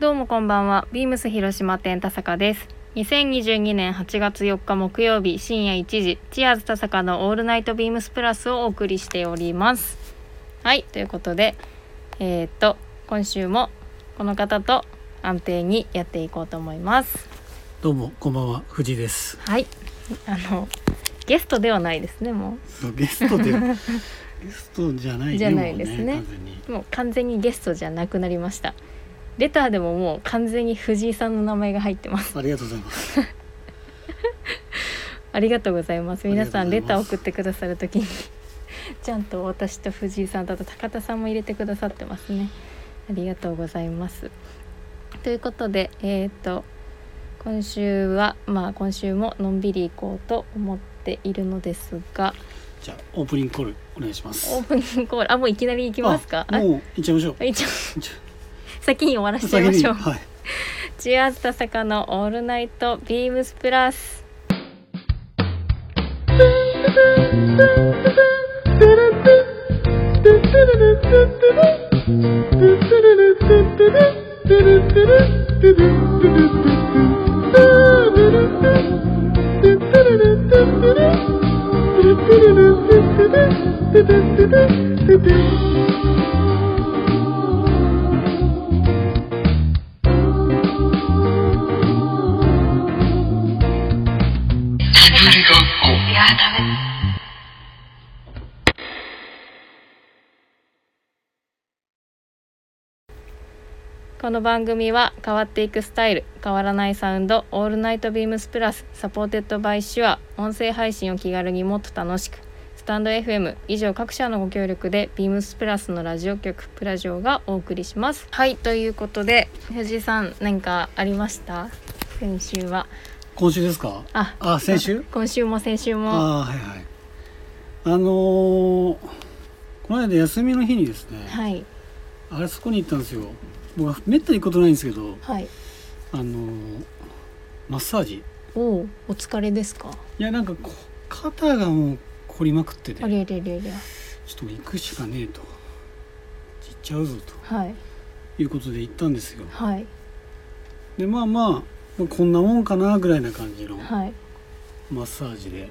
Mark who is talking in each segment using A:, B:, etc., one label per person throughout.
A: どうもこんばんは。ビームス広島店田坂です。2022年8月4日木曜日深夜1時、チアーズ田坂のオールナイトビームスプラスをお送りしております。はい、ということで、えーっと、今週もこの方と安定にやっていこうと思います。
B: どうもこんばんは藤井です。
A: はい、あの、ゲストではないですね、も
B: そうゲストでゲストじゃないね
A: じゃないですね
B: もう完全に
A: う。もう完全にゲストじゃなくなりました。レターでももう完全に藤井さんの名前が入ってます。
B: ありがとうございます。
A: ありがとうございます。皆さん
B: あり
A: レ
B: が
A: タ
B: と
A: ー
B: うござ
A: 送
B: います
A: ってくださるときに ちゃんと私と藤井さんとあと高田さんも入れてくださってますね。ありがとうございます。ということで、えっ、と今週はまあ今週ものんびり行こうと思っているのですが、
B: じゃあオープニングコールお願いします。
A: オープニングコールあもういきなり行きますか。
B: あもう行っちゃいましょう。
A: あ一応
B: じゃ
A: 先に終わら
B: あ
A: せちゃいましょう。
B: はい。
A: チアーズ田坂のオールナイトビームスプラス。この番組は変わっていくスタイル変わらないサウンドオールナイトビームスプラスサポーテッドバイシュア音声配信を気軽にもっと楽しくスタンド FM 以上各社のご協力でビームスプラスのラジオ局プラジオがお送りしますはいということで藤井さん何かありました先週は
B: 今週ですか。
A: あ
B: あ先週？
A: 今週も先週も
B: あーはいはい。あのー、この間休みの日にですね、
A: はい
B: あれそこに行ったんですよ。僕はめったに行くことないんですけど、
A: はい
B: あのーマッサージ。
A: おおお疲れですか
B: いやなんかこ肩がもう凝りまくってて。
A: ありゃりゃりゃりゃ
B: ちょっともう行くしかねえと行っちゃうぞ
A: はい
B: ということで行ったんですよ
A: はい
B: でまあまあまあこんなもんかなぐらいな感じの
A: はい
B: マッサージで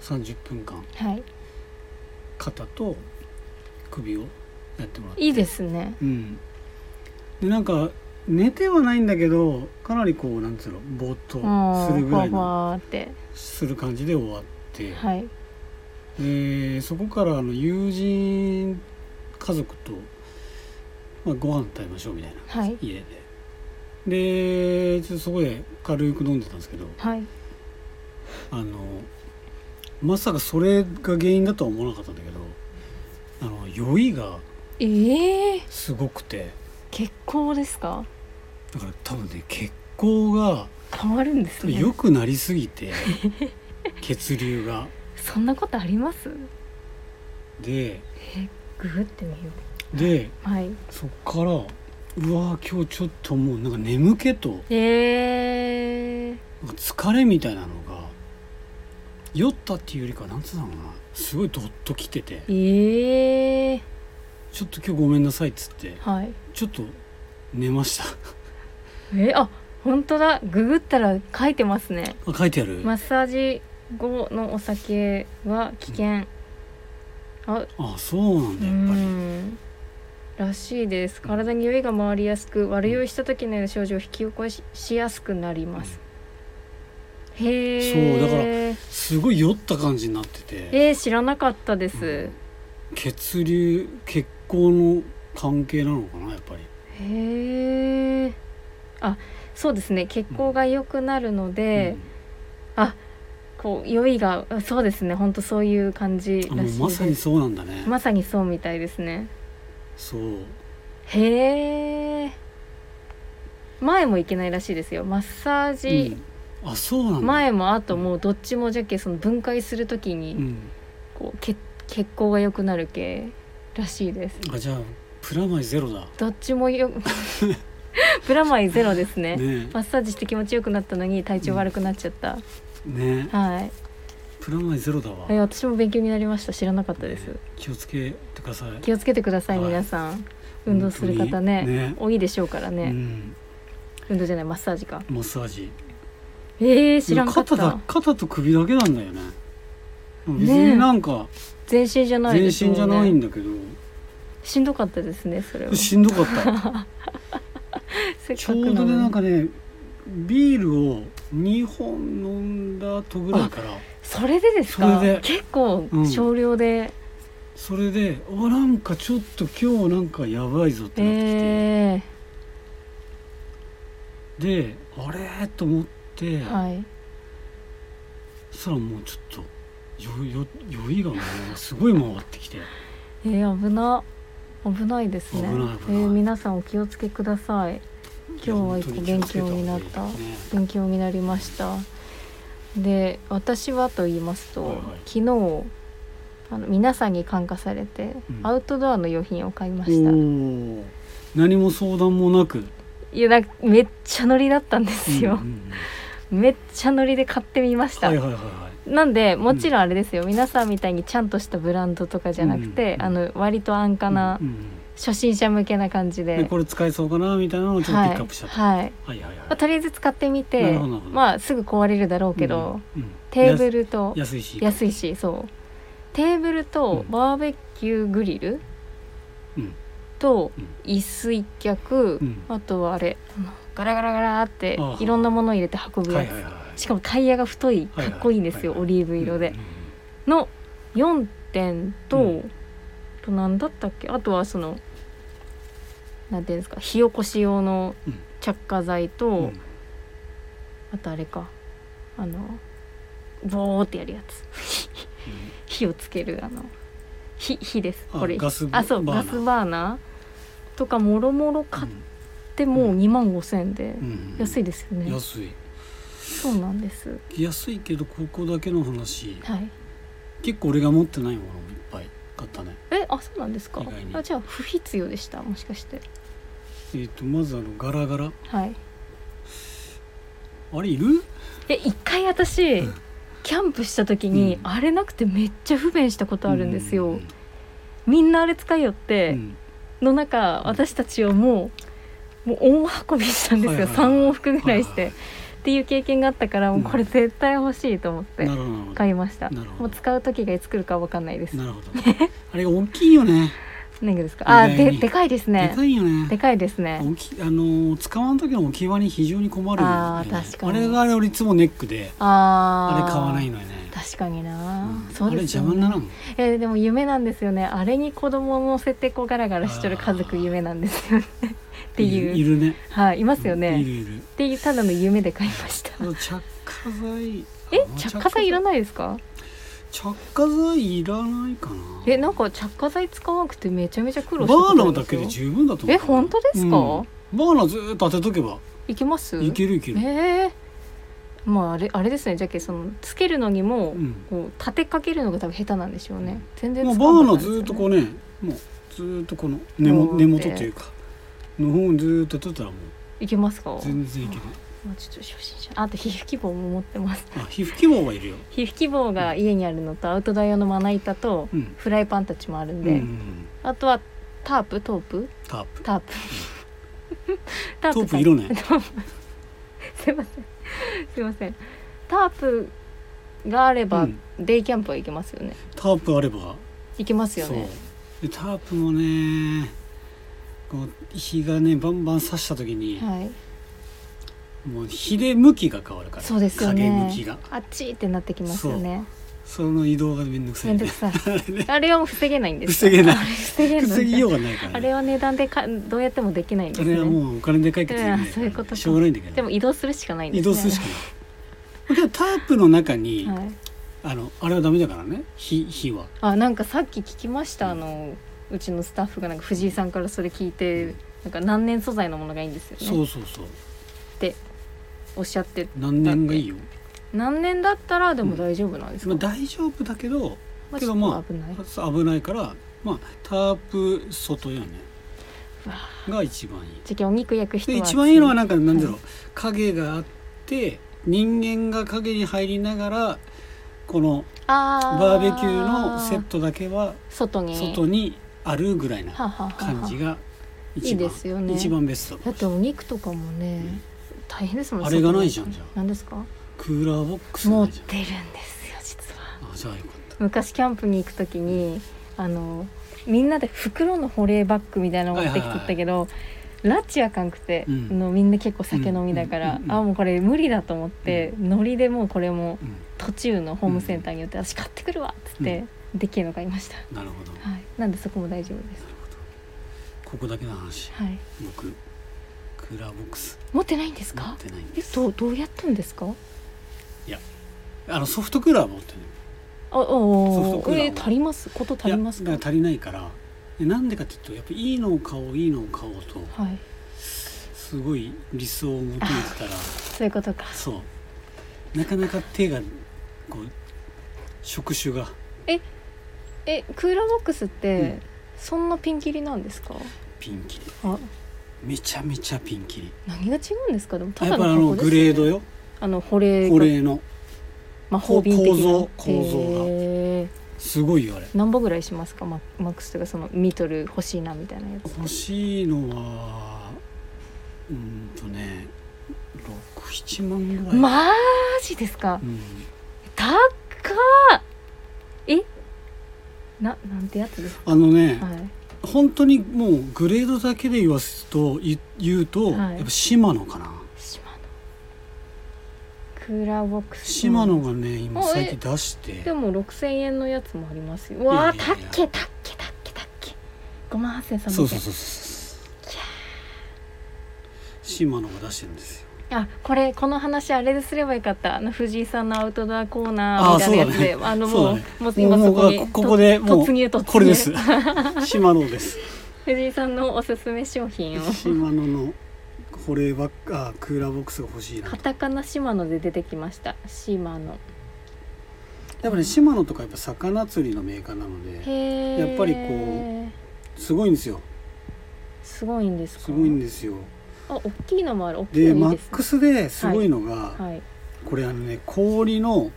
B: 30分間
A: はい
B: 肩と首をやってもらって
A: いいですね
B: うんでなんか寝てはないんだけどかなりこうなんつうのぼーっと
A: うん
B: するぐらい
A: ふわふ
B: の
A: わって
B: する感じで終わって
A: はい
B: でそこからあの友人家族と、まあ、ご飯食べましょうみたいな
A: はい
B: 家ででちょっとそこで軽く飲んでたんですけど
A: はい
B: あのまさかそれが原因だとは思わなかったんだけどあの酔いが
A: ええ
B: すごくて
A: 結構ですか
B: だから多分ね血行が
A: 変わるんです
B: 多分
A: ね
B: 良くなりす ぎて血流が
A: そんなことあります
B: で
A: ググってみよ
B: で
A: うはい
B: そっからうわー今日ちょっともうなんか眠気と
A: ええ
B: なんか疲れみたいなのが酔ったっていうよりかなんつうのかなすごいドッときてて。
A: ええ
B: ちょっと今日ごめんなさいっつって
A: はい
B: ちょっと寝ました
A: えあ本当だググったら書いてますね
B: あ書いてある、
A: マッサージ後のお酒は危険あ
B: あそうなん
A: う
B: だやっぱり
A: んらしいです体に酔いが回りやすく悪酔いした時のような症状を引き起こししやすくなりますへえ
B: そうだから
A: え
B: すごい酔った感じになってて
A: ー、知らなかったです、
B: うん血流血行の関係なのかなやっぱり
A: へえあそうですね血行が良くなるので、こう酔いがそうですねほんとそういう感じ
B: うんあ
A: ら
B: もう
A: しい
B: まさ
A: で
B: に
A: す
B: そうなんだね、
A: まさにそうみたいですね
B: そう
A: へえ前もいけないらしいですよマッサー
B: う
A: ジ
B: んあそうなんだ
A: 前も後もどっちもじゃけその分解するとき
B: う
A: に
B: ん
A: こう血血行が良くなる系らしいです
B: あじゃあプラマイゼロだ
A: どっちもよ プラマイゼロですね
B: ね
A: マッサージして気持ちよくなったのに体調悪くなっちゃった、
B: ね
A: はい
B: プラマイゼロだわ
A: え私も勉強になりました知らなかったです
B: 気をつけてください
A: 気をつけてください
B: はい
A: 皆さん、運動する方ね多いでしょうから
B: う
A: ね、
B: ん、
A: 運動じゃないマッサージか
B: マッサージ
A: えー、知らんかっ
B: 肩
A: た
B: だ肩と首だけなんだよね別になんか
A: 全身じゃない
B: 全身
A: ですもん
B: じゃないんだけど、
A: しんどかったですねそれは
B: しんど かった
A: せっ
B: ち
A: か
B: ょ
A: く
B: う
A: の
B: どねなんかねビールを2本飲んだ後ぐらいから
A: それでですか
B: それで
A: 結構
B: うん
A: 少量で、
B: それであなんかちょっと今日なんかやばいぞってなってきて、
A: え
B: であれーと思って、
A: ー、はい
B: そしたらもうちょっとよよ酔いがもうすごい回ってきて
A: えー、危な危ないですね
B: 危ない危
A: え
B: ない
A: ー皆さんお気をつけください今日は一個勉強になった
B: いや本当に気をつけ方がいいですね
A: 勉強になりましたで私はと言いますと、
B: はいはい
A: 昨日あの皆さんに感化されて、
B: うん
A: アウトドアの用品を買いま
B: お
A: した
B: ー何も相談もなく
A: いやなんかめっちゃノリだったんですよ
B: うん、うん
A: めっちゃノリで買ってみました、
B: はいはいはいはい
A: なんでもちろんあれですよ、皆さんみたいにちゃんとしたブランドとかじゃなくて、
B: うん
A: あの割と安価な
B: うんうん
A: 初心者向けな感じで、
B: でこれ使えそうかなみたいなのをちょっとピックアップしちゃった、
A: はい、はい
B: はい、はいはい
A: まあ、とりあえず使ってみ
B: な
A: て
B: るほどなるほど
A: まあすぐ壊れるだろうけど、、
B: うんうん
A: テーブ
B: や
A: ルと
B: す安いし
A: 安いしそうテーブルと
B: うん
A: バーベキューグリル、
B: うん
A: と
B: うん
A: 椅子一脚、
B: うん
A: あとはあれあのガラガラガラって
B: ああ
A: いろんなものを入れて運ぶやつ、
B: はいはいはい
A: しかもタイヤが太いか
B: はいはい
A: っこいいんですよ、
B: はいはい
A: オリーブ色で、
B: うんうん
A: の4点と、
B: う
A: と何だったっけあとはそのなんていうんですか火起こし用の
B: うん
A: 着火剤と、
B: うんうん
A: あとあれかあのボーってやるやつ火をつけるあの火火です
B: あ
A: これ
B: ガス
A: あそう
B: バーナ
A: ガ
B: ー
A: スバーナーとかもろもろ買っても
B: う
A: 2万5,000円で、
B: うんうん
A: 安いですよね
B: 安い
A: そうなんです
B: 安いけどここだけの話
A: はい
B: 結構俺が持ってないものもいっぱい買ったね
A: えあそうなんですか
B: 意外に
A: あじゃあ不必要でしたもしかして
B: えっ、とまずあのガラガラ
A: はい
B: あれいる
A: え一回私、
B: うん
A: キャンプした時に、
B: うん
A: あれなくてめっちゃ不便したことあるんですよ、
B: うん
A: みんなあれ使いよって、
B: うん
A: の中私たちをもうもう大運びしたんですよ、
B: はいはいはい
A: 3往復ぐらいして、
B: はいはいはい
A: っていう経験があったからもうこれ絶対欲しいと思って
B: なるほどなるほど
A: 買いました、
B: なるほど
A: もう使う時がいつ来るかわかんないです
B: なるほどあれが大きいよね
A: 何がですかあ
B: 意外
A: で
B: に
A: でかいですね
B: でかいよね
A: でかいですね
B: 大きいあのー使わん時の置き場に非常に困るよね
A: あー確かに
B: あれがあれ俺いつもネックで
A: あ
B: あ
A: ー
B: れ買わないのよね
A: 確かに
B: う
A: な、
B: ん
A: そうですよ
B: あれ邪魔にならん
A: えーでも夢なんですよねあれに子供を乗せてこうガラガラしとる家族夢なんです よねっていう
B: いるね
A: はいいますよ
B: うんい
A: ね
B: るいる
A: っていうただの夢で買いました
B: あと着火剤
A: え
B: あ
A: 着火剤いらないですか
B: 着火剤いらないかな
A: えなんか着火剤使わなくてめちゃめちゃ苦労
B: バ
A: したこ
B: ーナ
A: とあるん
B: ー
A: で
B: だ
A: す
B: け
A: よ
B: で十分だと思う
A: え本当ですか、
B: うんバーナーずーっと当てとけば
A: いけます
B: いけるいける、
A: えー、まああれあれですねじゃけそのつけるのにも、
B: うん
A: こう立てかけるのが多分下手なんでしょうね全然
B: もう
A: つ
B: バ
A: かな
B: ー
A: か
B: ナー
A: たんです
B: ず
A: よね
B: ーっとこうねもうずーっとこの根も
A: うん
B: 根元というかの方にずーっと取ったらもう
A: いけますかまあちょ
B: 全然いける
A: っと初心者あと皮膚希望も持ってます
B: あ皮膚希望はいるよ
A: 皮膚希望が家にあるのとアウトドア用のまな板と
B: うん
A: フライパンたちもあるん
B: うん
A: で、
B: うんうん
A: あとはタープトープ
B: タープ
A: タープタ
B: トープ
A: さん
B: いらない
A: すいません。すいません。タープがあれば、
B: うん
A: デイキャンプは行けますよね。
B: タープあれば
A: 行けますよ
B: そう
A: ね。
B: でタープもねこう日がねバンバン刺した時に、
A: はい。
B: もう日で向きが変わるから
A: そうですよ
B: 影向
A: ね
B: きが。
A: あっちってなってきますよね。
B: その移動がめんどくさ
A: め
B: い
A: んどく
B: ね
A: さい。 あれはもう防げないんですか。
B: 防げない
A: あれ防げない。
B: 防ぎようがないから
A: あ
B: ね
A: れは値段でかどうやってもできないんで
B: そ
A: す
B: れは
A: ね。
B: もうお金で解決できないから
A: そういうことか
B: しょうがないんだけど
A: でも移動するしかないんです
B: 移
A: ね。
B: 動するしかないでタープの中に、
A: はい。
B: あのあれはダメだからね火火は
A: あなんかさっき聞きました
B: うん
A: あのうちのスタッフがなんか藤井さんからそれ聞いてなんか何年素材のものがいいんですよ
B: そ
A: ね
B: うそうそう
A: おっしゃって
B: 何年がいいよ、
A: 何年だったらでも大丈夫なんです
B: ま
A: か
B: あ、。大丈夫だけど
A: まあ
B: けど
A: ちょっ
B: まあ
A: と危ない。
B: 危ないからまあタープ外よね
A: うわ
B: が一番いい
A: じゃあお肉焼く人
B: で
A: は
B: 一番いいのはなんかなんだろう、
A: は
B: 影があって人間が影に入りながらこの
A: あ
B: バーベキューのセットだけは
A: 外に
B: 外にあるぐらいな
A: はははは
B: 感じが
A: いいですよね
B: 一番ベスト
A: だってお肉とかもね、
B: ん
A: 大変ですもん
B: あれがないじゃんじゃあ
A: 何ですか
B: クーラーボックス
A: 持
B: な
A: っ
B: いじゃん
A: てるんですよ実は
B: あじゃあよかった
A: 昔キャンプに行く時にあのみんなで袋の保冷バッグみたいなの持ってきとったけど、ラッチあかんくて、
B: うん
A: あのみんな結構酒飲みだか
B: うん
A: ら
B: う、んうんうん
A: あもうこれ無理だと思って、ノリでもうこれも
B: う
A: 途中のホームセンターによって、私買ってくるわっつって、でっけえの買いました、
B: んなるほどなる
A: はい、なんでそこも大丈夫です、
B: ほどここだけの話
A: はい、
B: 僕クーラーボックス
A: 持ってないんです
B: 持っ
A: か
B: てないん
A: え
B: です
A: どうどうやったんですか
B: あのソフトクーラー持ってない
A: あお
B: ソフト
A: お
B: クーラー
A: え足りますこと足ります
B: い
A: か
B: やだから足りないからでなんでかっていうとやっぱいいのを買おういいのを買おうと
A: はい
B: すごい理想を求めてたら
A: そういうことか
B: そうなかなか手がこう触手が
A: えクーラーボックスって、
B: うん
A: そんなピンキリなんですか
B: ピンキリ
A: あ
B: めちゃめちゃピンキリ
A: 何が違うんですかでもた
B: や
A: だ
B: っぱあ
A: の
B: の
A: 箱ですよね
B: グレードよ
A: あの保冷
B: こ
A: が
B: れの
A: 魔法瓶的な
B: 構造構造が
A: へ
B: すごいよあれ
A: ー何本ぐらいしますかママックスというかそのミトル欲しいなみたいなやつ
B: 欲しいのはうーんとね67万ぐらい、
A: マジですか
B: うん、
A: 高っえななんてやつです
B: あのね、
A: かはい
B: 本当にもうグレードだけで言わすとい言うと、
A: はい
B: やっぱ島野かな
A: 島のクーラーボックス
B: 島野がね今
A: おえ
B: 最近出して
A: でも6000円のやつもありますようわあ
B: い
A: た
B: やいや
A: っ
B: いや
A: けたっけたっけたっけ5万8300円
B: そうそうそうそうそう
A: キャー
B: 島野が出してるんですよ
A: あこれこの話あれですればよかったあの藤井さんのアウトドアコーナーみたいなやつであ,、
B: あそうだね
A: のも
B: そう
A: う
B: だね
A: もう今
B: もう
A: そこに
B: もうここで
A: と
B: もう
A: 突入突入
B: これです 島野です
A: 藤井さんのおすすめ商 品を
B: 島野の保冷バッグあクーラーボックスが欲しいな
A: カ
B: と
A: タカナシマノで出てきましたシマノ
B: やっぱね島野とかやっぱ魚釣りのメーカーなので
A: へー
B: やっぱりこすごいんですよ
A: すごいんですか
B: すごいんですよ
A: あ大きいのもある大きい
B: で
A: の
B: マ
A: いい
B: ッ
A: ですね
B: クスですごいのが、
A: はい
B: これあのね氷の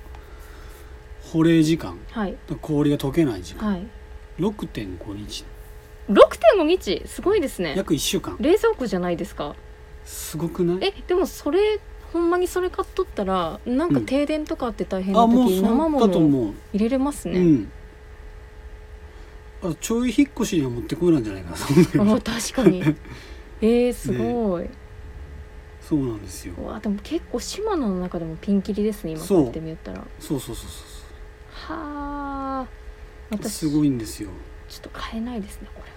B: 保冷時間
A: はい
B: 氷が溶けない時間
A: はい
B: 6.5日
A: 6.5日すごいですね
B: 約1週間
A: 冷蔵庫じゃないですか
B: すごくない
A: えでもそれほんまにそれ買っとったらなんか停電とかあって大変な
B: あもう
A: 時、
B: そ
A: 生
B: うだ
A: も
B: と
A: の
B: 思う
A: 入れれます
B: う
A: ね、
B: んあちょい引っ越しには持ってこいなんじゃないかなと思うけど
A: あ 確かにえー、すごい、
B: そうなんですよ
A: うわでも結構島野の中でもピンキリですね今
B: そう
A: こうやってみよったらは
B: そうそうそうそう
A: あ
B: そう
A: 私ち
B: す
A: ょ
B: ごいんですよ
A: っと買えないですねこれは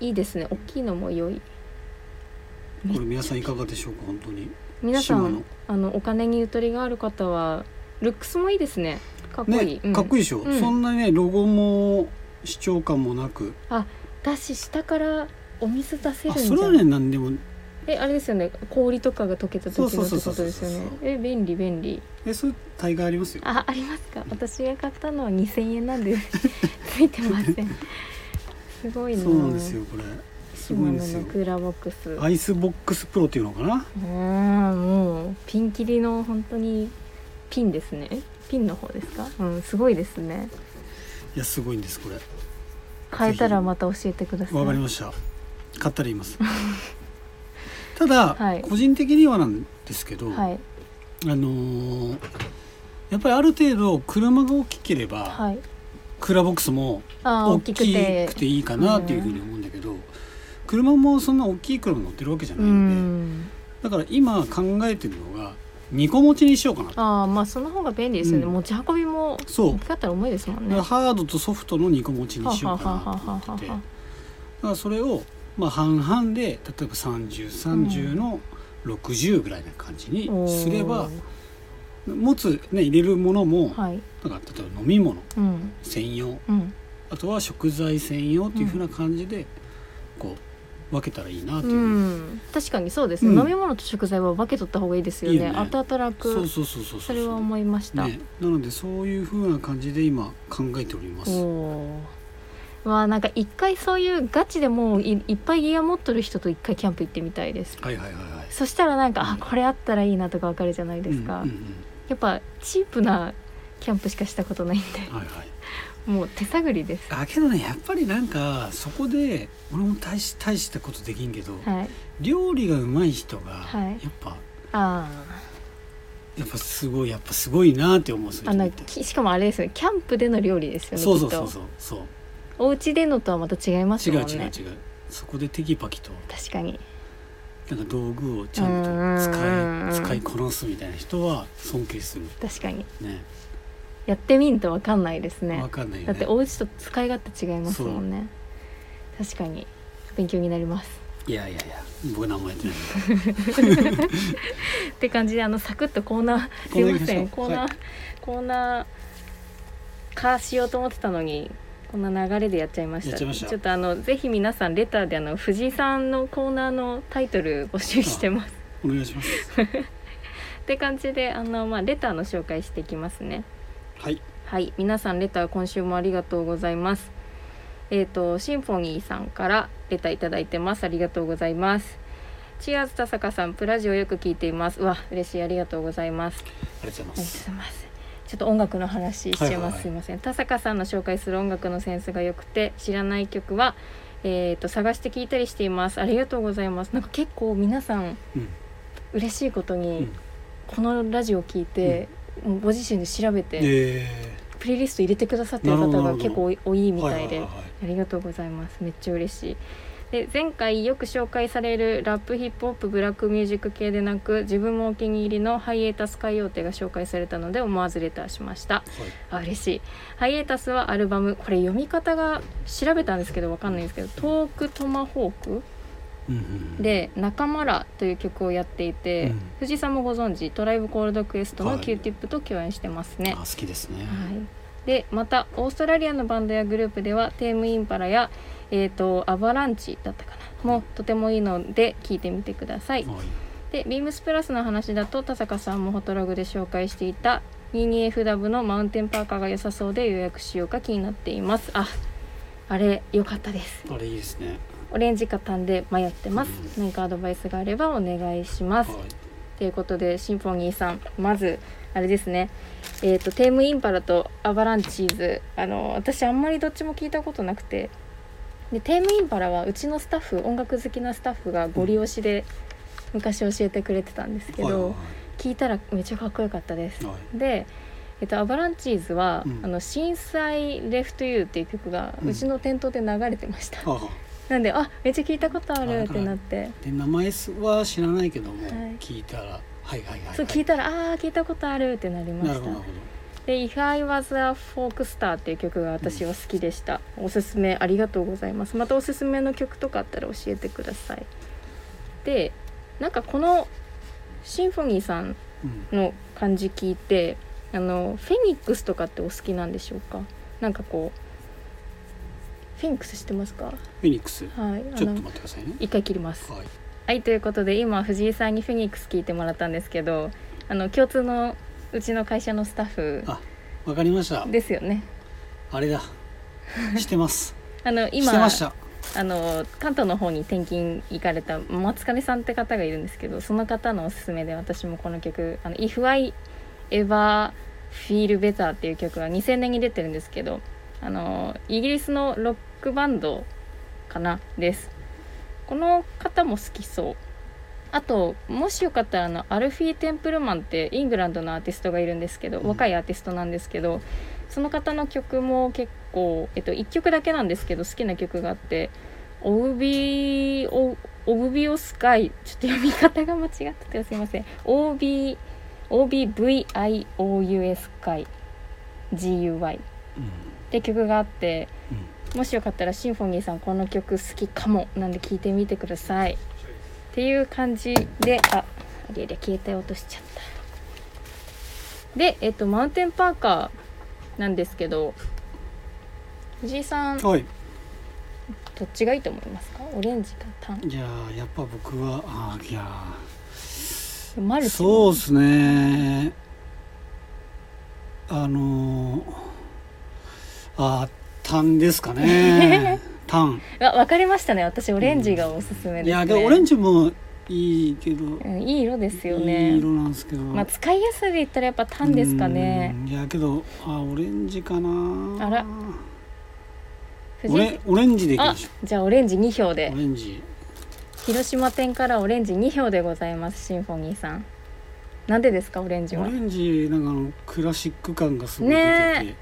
A: いいですね大きいのも良い
B: これ皆さんいかがでしょうか本当に
A: 皆さ
B: 島
A: ん
B: 野
A: あのお金にゆとりがある方はルックスもいいですねかっこいい、
B: ね
A: うん
B: かっこいいでしょ、
A: うん
B: そんなにねロゴも視聴感もなく
A: 私下からお水出せ
B: あ
A: るんじ
B: そ
A: ゃ
B: れは
A: ない
B: ね何でも
A: えあれですよね氷とかが溶けた時のって
B: そうそう
A: こ
B: そう
A: と
B: そう
A: ですよね
B: そうそう
A: え便利便利
B: えそれ大概ありますよ
A: あありますか私が買ったのは2000円なんで ついてませんすごいな
B: そうなんですよこれすごいんです
A: 島
B: よ
A: 野のクーラーボックス
B: アイスボックスプロっていうのかな
A: あーもうピンキリの本当にピンですねピンの方ですかうんすごいですね
B: いやすごいんですこれ
A: 変えたらまた教えてください
B: わかりました買ったら 言いますただ、
A: はい
B: 個人的にはなんですけど、
A: はい
B: あのーやっぱりある程度車が大きければ、
A: はい
B: クーラーボックスも
A: あー
B: 大
A: 大き
B: き
A: くて
B: くていいかなっていうふうに思うんだけど、車もそんな大きい車乗ってるわけじゃ
A: う
B: ないんで、
A: ん
B: だから今考えてるのが2個持ちにしようかなと
A: ああまあその方が便利ですよね、
B: うん
A: 持ち運びも
B: そう
A: 大きかったら重いですもんねは
B: ハードとソフトの2個持ちに
A: は
B: しようかな
A: は
B: と思
A: は
B: っ
A: は
B: ててだ
A: は
B: からそれをまあ半々で例えば3030の60ぐらいな感じにすれば、持つ、ね、入れるものも
A: おーはい
B: なんか例えば飲み物
A: うん
B: 専用
A: うん
B: あとは食材専用っていうふうな感じでこう分けたらいいなといううふうに
A: ん確かにそうですね、
B: うん
A: 飲み物と食材は分けとった方がいいですよね
B: いいよね
A: 後々楽
B: そ
A: そう
B: そうそうそうう
A: れは思いました、
B: ね、なのでそういうふうな感じで今考えております
A: おおわあなんか一回そういうガチでもういいっぱいギア持っとる人と一回キャンプ行ってみたいです
B: はいはいはいはい
A: そしたらなんか、
B: うん
A: あこれあったらいいなとかわかるじゃないですか、
B: うんうんうん
A: やっぱチープなキャンプしかしたことないんで
B: はいはい
A: もう手探りです。
B: あけどねやっぱりなんかそこで俺も大し大したことできんけど、
A: はい。
B: 料理がうまい人が、
A: はい
B: やっぱ
A: あ
B: やっぱすごいやっぱすごいなって思うそう
A: あ。あ
B: いう人
A: の
B: 見て
A: きしかもあれですよね。キャンプでの料理ですよね。
B: そうそうそう
A: きっ
B: そうそう
A: と。お家でのとはまた違います
B: 違う
A: もんね。
B: 違う違うそこでテキパキと
A: 確かに。
B: なんか道具をちゃんと
A: うんうんうん
B: 使い使いこなすみたいな人は尊敬する
A: 確かに。
B: ね
A: やってみんとわかんないですね
B: わ。かんないよ
A: だっ
B: ね
A: てお家と使い勝手違いますもんね。確かに。勉強になります。
B: いやいやいや僕何もやってない
A: って感じであのサクッとコーナーす
B: コー
A: い
B: ナー
A: ま
B: 行きまし
A: せ
B: ょうん
A: コーナー、
B: はい
A: コーナー化しようと思ってたのにこんな流れでやっちゃいました
B: やっちゃいました
A: ょっとあのぜひ皆さんレターであの藤井さんのコーナーのタイトル募集してます
B: お願いします
A: って感じであの、まあ、レターの紹介していきますね
B: はい
A: はい皆さんレター今週もありがとうございますえっ、とシンフォニーさんからレターいただいてますありがとうございますチアーズ田坂さんプラジオよく聞いていますうわ嬉しいありがとうございます
B: ありがとうご
A: ありがとうご
B: ざいます
A: ざいます。ちょっと音楽の話します、
B: はいはいはい
A: すいません田坂さんの紹介する音楽のセンスが良くて知らない曲は、えー、と探して聞いたりしていますありがとうございますなんか結構皆さん
B: うん
A: 嬉しいことに、
B: うん
A: このラジオ聞いて、もうご自身で調べて、
B: え
A: プレイリスト入れてくださってる
B: なるほ
A: 方
B: どな
A: が
B: るほど
A: 結構多い
B: ー
A: みたい
B: は
A: で
B: はは
A: ありがとうございます。めっちゃ嬉しい。で前回よく紹介されるラップヒップホップブラックミュージック系でなく自分もお気に入りのハイエータス海洋亭が紹介されたので思わずレターしました
B: いはい
A: あ嬉しいハイエータスはアルバムこれ読み方が調べたんですけどわかんないんですけど「トークトマホーク
B: うんうんうん」
A: で「仲間ら」という曲をやっていて、
B: うん
A: 藤井さんもご存知トライブコールドクエスト
B: は
A: の
B: い
A: q ティップと共演してますね、
B: あ好きですね
A: はい、でまたオーストラリアのバンドやグループではテームインパラや、えー、とアバランチだったかなもとてもいいので聞いてみてください
B: はい
A: でビームスプラスの話だと田坂さんもホトログで紹介していた 22FW のマウンテンパーカーが良さそうで予約しようか気になっていますああれ良かったです
B: あれいいですね
A: オレンジか単で迷ってます何かアドバイスがあればお願いします
B: はい
A: ということでシンフォニーさんまずあれですねえっ、とテームインパラとアバランチーズあの私あんまりどっちも聞いたことなくてでテームインパラはうちのスタッフ音楽好きなスタッフがご利用しで昔教えてくれてたんですけ
B: はい
A: ど、
B: は
A: 聞いたらめっちゃかっこよかったです
B: いはいはい
A: で、えっと、アバランチーズは「
B: うん
A: あの震災レフトユーっていう曲が
B: うん
A: うちの店頭で流れてました、
B: ああ
A: なんであめっちゃ聞いたことある
B: あ
A: ってなって
B: で名前は知らないけども、
A: はい
B: 聞いたらはいはいはい、はい、
A: そう聞いたら「あー聞いたことある」ってなりま
B: な
A: し
B: るほどな
A: た
B: るほ
A: で「If I Was a Folk Star」っていう曲が私は好きでした、おすすめありがとうございますまたおすすめの曲とかあったら教えてくださいでなんかこのシンフォニーさん
B: ど、うん、
A: の感じ聞いてあのフェニックスとかってお好きなんでしょうかなんかこうフェニックス知ってますか
B: フェニックス
A: はいあ
B: ちょっと
A: の
B: 待ってくださいね
A: 一回切ります
B: はい
A: はいということで今藤井さんにフェニックス聞いてもらったんですけどあの共通のうちの会社のスタッフ
B: あわかりました
A: ですよね
B: あれだしてます
A: あの
B: し て
A: 今
B: ました
A: あの関東の方に転勤行かれた松金さんって方がいるんですけどその方のおすすめで私もこの曲「あの If I Ever Feel Better」っていう曲は2000年に出てるんですけどあのイギリスのロックバンドかなですこの方も好きそうあともしよかったらあのアルフィー・テンプルマンってイングランドのアーティストがいるんですけど
B: うん
A: 若いアーティストなんですけどその方の曲も結構、えっと、1曲だけなんですけど好きな曲があって「オブビオオブビオスカイ」ちょっと読み方が間違っててすいません OB OBVIOUS カイ GUY っ
B: うん
A: て曲があって
B: うん
A: もしよかったらシンフォニーさんこの曲好きかもなんで聴いてみてくださいっていう感じであありゃりゃ携帯落としちゃったでえっとマウンテンパーカーなんですけど藤井さんどっ
B: はい
A: ちがいいと思いますかオレンジかタン
B: いやーやっぱ僕はあーいや
A: マル
B: ー
A: チ
B: そう
A: も
B: ですねあのー、あータンです かねタン
A: わ分かりましたね私オレンジがおすすめです、ね
B: いやでもオレンジもいいけど
A: うんいい色ですよ
B: いい
A: ね
B: 色なんですけど
A: まあ使いやすいで言ったらやっぱタンですかね
B: うんいやけどあオレンジかな
A: あら藤
B: オ
A: 井
B: レオレンジでいき
A: あ
B: ましょ
A: じゃあオレンジ2票で
B: うオレンジ
A: 広島店からオレンジ2票でございますシンフォニーさんなんでですかオレンジ
B: オ
A: は
B: レンジなんかあのクラシック感がすごい出てて、
A: ね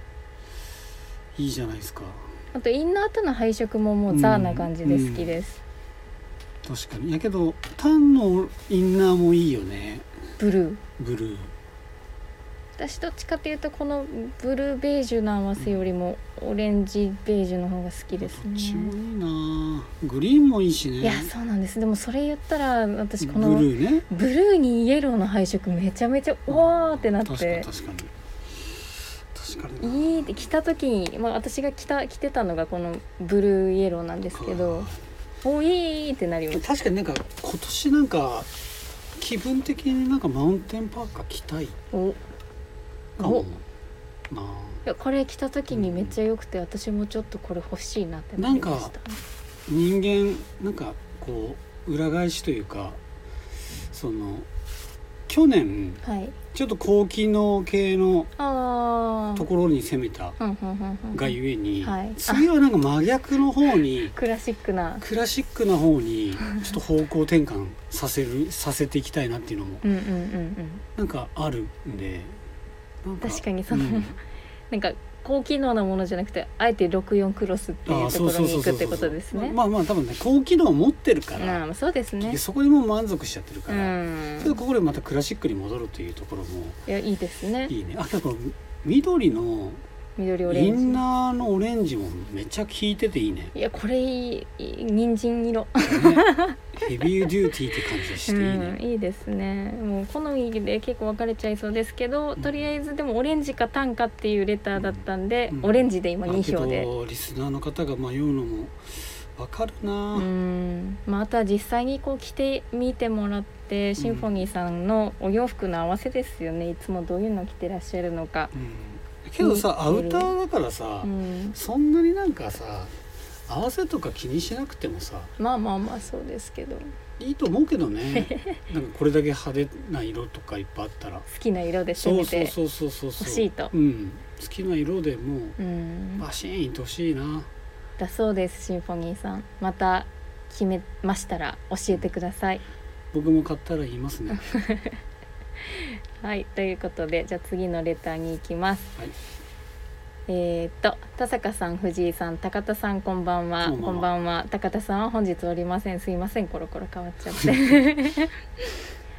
B: いいじゃないですか
A: あとインナーとの配色ももうザーな感じで好きです、
B: 確かにやけどタンのインナーもいいよね
A: ブルー
B: ブルー
A: 私どっちかっていうとこのブルーベージュの合わせよりもオレンジベージュの方が好きです
B: どっ
A: ね
B: ちもいいなグリーンもいいしね
A: いやそうなんですでもそれ言ったら私こ
B: ブ
A: の
B: ルーね
A: ブルーにイエローの配色めちゃめちゃわーってなっ
B: 確かに
A: て
B: 確かに確かに
A: い
B: ない
A: って着た時に、まあ、私が着た着てたのがこのブルーイエローなんですけどおいーってなります
B: 確かになんか今年なんか気分的になんかマウンテンパーカー着たい
A: おい
B: かもな
A: やこれ着た時にめっちゃ良くて私もちょっとこれ欲しいなってなりました
B: 人間なんかこう裏返しというかその去年
A: はい
B: ちょっと高機能系の
A: あ
B: ところに攻めた
A: あ
B: がゆえに、
A: はい
B: 次はなんか真逆の方に
A: クラシックな
B: クラシックな方にちょっと方向転換させるさせていきたいなっていうのも
A: うんうんうんうん
B: なんかあるんでなん
A: 確かにその
B: うん
A: なんか高機能なものじゃなくてあえて64クロスってい
B: あ
A: う
B: あ
A: と
B: そ
A: こ
B: う
A: ろ
B: そう
A: に
B: そ
A: 行
B: う
A: く
B: そう
A: ってことですね
B: まあまあ多分ね高機能を持ってるか
A: う
B: ら、
A: んそうですね
B: そこにもう満足しちゃってるか
A: う
B: ら、
A: ん
B: ちょっとここでまたクラシックに戻るというところも
A: いやいいですね
B: いいねあとこの緑の
A: 緑オレ
B: イ
A: ンジ
B: ンナーのオレンジもめっちゃ効いててい いね
A: いやこれいいいい人参色
B: ねヘビーデューティーって感じがしていいね、
A: うん、いいですねもう好みで結構分かれちゃいそうですけどとりあえずでもオレンジか短歌っていうレターだったんで、
B: うん
A: オレンジで今
B: まあけ
A: 2票で。
B: どリスナーの方が迷うのもわかるな、
A: うんまあ、あとは実際にこう着てみてもらってシンフォニーさんのお洋服の合わせですよねいつもどういうの着てらっしゃるのか、
B: うんけどさ、ア
A: うん
B: ウターだからさ、
A: うん、
B: そんなになんかさ合わせとか気にしなくてもさ
A: まあまあまあそうですけど好
B: いいと思うけど ねなんかこれだけ派手な色とかいっぱいあったら
A: きな色で攻
B: そう
A: め
B: そう
A: て
B: そうそうそうそう
A: 欲しいと
B: うん、好きな色でも
A: う
B: う
A: ん
B: バシーンと欲しいな
A: だそうですシンフォニーさんまた決めましたら教えてください
B: 僕も買ったら言 いますね
A: はい、ということで、じゃあ次のレターに行きます。
B: はい
A: えーっと、田坂さん、藤井さん、高田さん、こんばんは。
B: こんばん
A: こ
B: は
A: んばんは。高田さんは本日おりません。すいません、コロコロ変わっちゃって。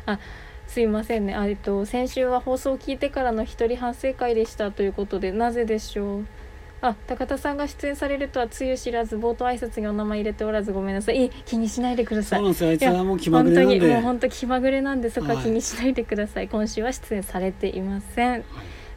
A: あ、すいませんね。あえっと先週は放送を聞いてからの一人反省会でしたということで、なぜでしょう。あ、高田さんが出演されるとはつゆ知らず冒頭挨拶にお名前入れておらずごめんなさい。いい気にしないでくだ
B: そ
A: さ
B: う
A: い
B: なん。ですよあいつはもう気まぐ
A: 本
B: れ
A: 当
B: なん
A: に
B: で
A: もう本当気まぐれなんでそこは
B: はい
A: 気にしないでください、今週は出演されていません
B: はい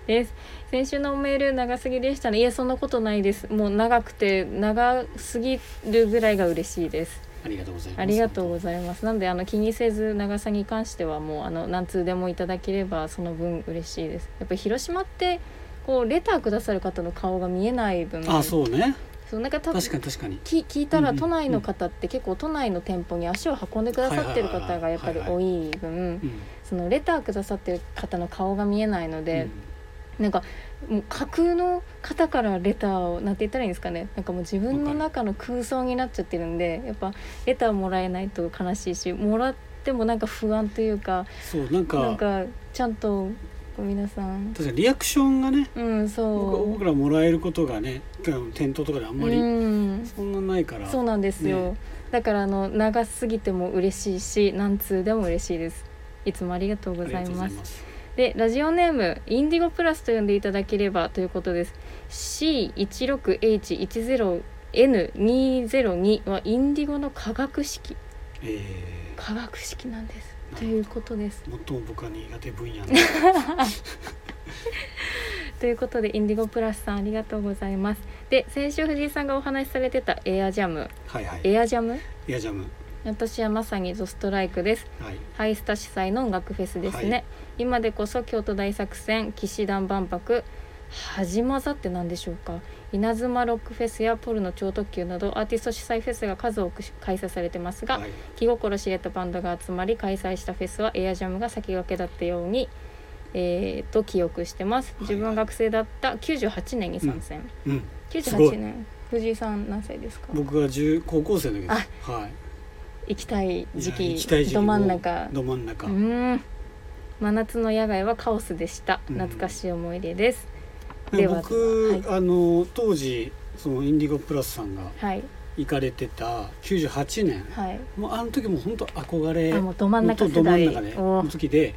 A: です先週のメール長すぎでしたねいえそんなことないですもう長くて長すぎるぐらいが嬉しいです
B: ありがとうございます
A: ありがとうご
B: ざい
A: ざいますなんであの気にせず長さに関してはもうあの何通でもいただければその分嬉しいですやっぱり広島ってこうレターくださる方の顔が見えない分
B: あそうね
A: そうなんか多分
B: 確かに確かに
A: き聞いた
B: う
A: ら
B: んうん
A: 都内の方って結構都内の店舗に足を運んでくださってる方がやっぱり多い分
B: うん
A: そのレターくださってる方の顔が見えないの
B: う
A: で
B: ん、
A: なんかもう架空の方からレターをなんて言ったらいいんですかねなんかもう自分の中の空想になっちゃってるんでやっぱレターもらえないと悲しいしもらってもなんか不安というか
B: そうなんか
A: なんかちゃんと皆さん
B: 確かにリアクションがね
A: うん
B: 僕
A: そ
B: 僕らもらえることがね店頭とかであん
A: う
B: まり
A: うん
B: そんなないから、
A: そうなんですよ、
B: ね
A: だからあの長すぎても嬉しいし何通でも嬉しいですいつもありがとうご
B: あり
A: ざ
B: が
A: い
B: とうご
A: ま
B: ざい
A: す
B: ます
A: でラジオネームインディゴプラスと呼んでいただければということです C16H10N202 はインディゴの化学式
B: え
A: 化学式なんです
B: な
A: と
B: るほど
A: いうことです
B: ー、最も僕は苦手 分野の
A: ということでインディゴプラスさんありがとうございますで先週藤井さんがお話しされてたエアジャム
B: はいはい
A: エアジャム
B: エアジャム
A: 私はまさにゾストライクです
B: はい
A: ハイスタ主催の音楽フェスですね、
B: はい
A: 今でこそ京都大作戦騎士団万博はじまざって何でしょうか稲妻ロックフェスやポルノ超特急などアーティスト主催フェスが数多く開催されてますが、
B: はい
A: 気心知れたバンドが集まり開催したフェスはエアジャムが先駆けだったように、えーと記憶してます
B: はいはい
A: 自分が学生だった98年に参戦、
B: うんすご
A: 98
B: い
A: 年藤井さん何歳ですか
B: 僕が10高校生の時ですはい
A: 行きたい時
B: いや
A: 期
B: 行きたい時期
A: ど真ん中
B: ど真ん中、
A: うーん真夏の野外はカオスでした
B: うん
A: 懐かしい思い出です、
B: で
A: では
B: 僕、
A: で
B: あの当時そのインディゴプラスさんが
A: はい
B: 行かれてた98年
A: はい
B: もうあの時も本当憧れ
A: あもうど真ん
B: 本
A: 中
B: 当ど
A: 世
B: 真ん
A: 代
B: 中ね
A: お
B: の時で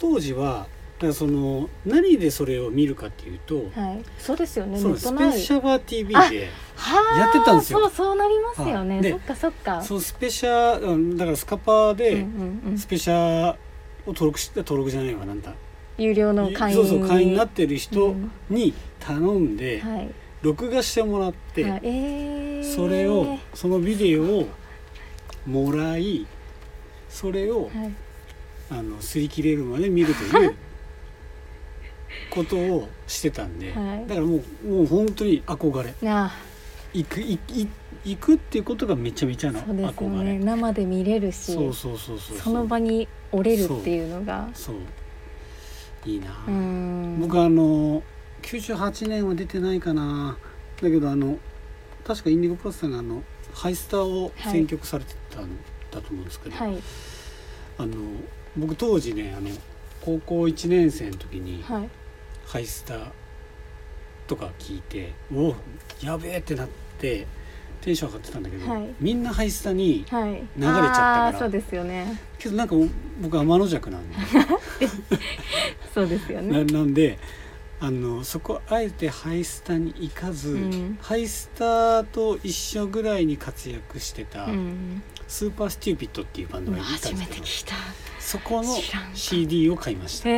B: 当時はだからその何でそれを見るかっていうと、
A: はいそうですよね
B: そ
A: ネ
B: の
A: ット
B: ス
A: な
B: ペ
A: い
B: シャバー TV で
A: はあ
B: やってたんですよ
A: そうそうなりますよね、
B: はいで
A: そっかそっか
B: そうスペシャあのだからスカ
A: う
B: パー
A: んう
B: で
A: んうん
B: スペシャを登録して登録じゃないわなんだ
A: 有料の会員
B: そうそう会員にな
A: っ
B: ってる人に頼んで
A: はい、はい
B: 録画してもらって、
A: えー、
B: それをそのビデオをもらいそれを
A: はい、
B: あの擦り切れるまで見るという ことをしてたんで、
A: はい
B: だからもうもう本当に憧れ
A: な
B: 行く行く行くっていうことがめちゃめちゃ
A: あ
B: の
A: そうですよ
B: 憧
A: ね
B: れ
A: 生で見れるし
B: そうそうそうそう
A: その場に折れるっていうのが
B: そういいな、
A: うーん
B: 僕あの98年は出てないかなだけどあの確かインディゴプラスさんがあのハイスターを
A: はい
B: 選曲されてたんだと思うんですけど、
A: はい
B: あの僕当時ねあの高校1年生の時に
A: はい
B: ハイスターとか聞いておおやべえってなってテンション上がってたんだけど、
A: はい
B: みんなハイスタに
A: はい流
B: れちゃったから
A: そうですよね
B: けどなんか僕天の弱なんで
A: そうですよね
B: ななんであのそこあえてハイスタに行かず、
A: うん
B: ハイスターと一緒ぐらいに活躍してた、
A: うん
B: スーパーステューピッドっていうバンド
A: 今
B: がいた
A: 初
B: んで
A: め
B: すけ
A: て
B: ど
A: 聞いた
B: そこの
A: 知らんか
B: CD を買いました。
A: へ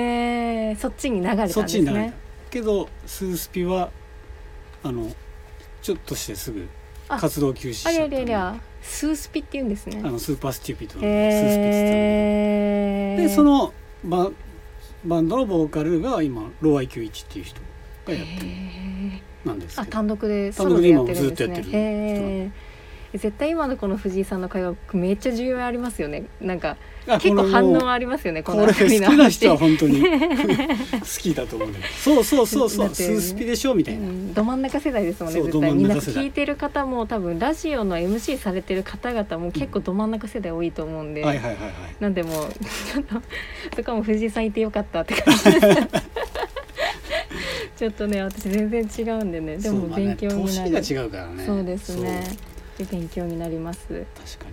A: えそっちに流れたんです
B: そっちに流れ
A: ね
B: たけどスースピはあのちょっとしてすぐ活動休止し
A: あ
B: ち
A: り
B: ゃ
A: ゃ
B: ったん
A: り
B: で
A: ゃりゃスースピって言うんですね
B: あのスーパースチューピッドのスースピって
A: へ
B: 言
A: え
B: ってたんででそのババンドのボーカルが今ロー IQ1 っていう人がやってる
A: へえ
B: なんです
A: あ
B: けど
A: 単独でソロでやってるんです
B: 単独で今もずっとやって
A: ね
B: る人
A: へえ絶対今のこの藤井さんの会話めっちゃ重要ありますよねなんか
B: あ
A: 結構
B: これ
A: 反
B: も
A: 応ありますよね
B: こ
A: この
B: れ
A: 辺り
B: 好
A: の話
B: きな人は 本当に好きだと思うねそうそうそうそ
A: だっ
B: う
A: て
B: スースピでしょみた
A: う
B: いな、
A: んど真ん中世代ですもんね
B: そう
A: 絶対
B: ど
A: み
B: 真
A: んな
B: ん中世代
A: 聞いてる方も多分ラジオの MC されてる方々も結構ど真ん中世代多いと思うんで、
B: はいはいはいはい
A: なんでもう ちょっとそこはもう藤井さんいてよかったって感 じですちょっとね私全然違うんでねで
B: そう
A: も
B: まあね
A: 勉強になる、
B: 年が違うからね
A: そうですねで勉強になります
B: そう確かに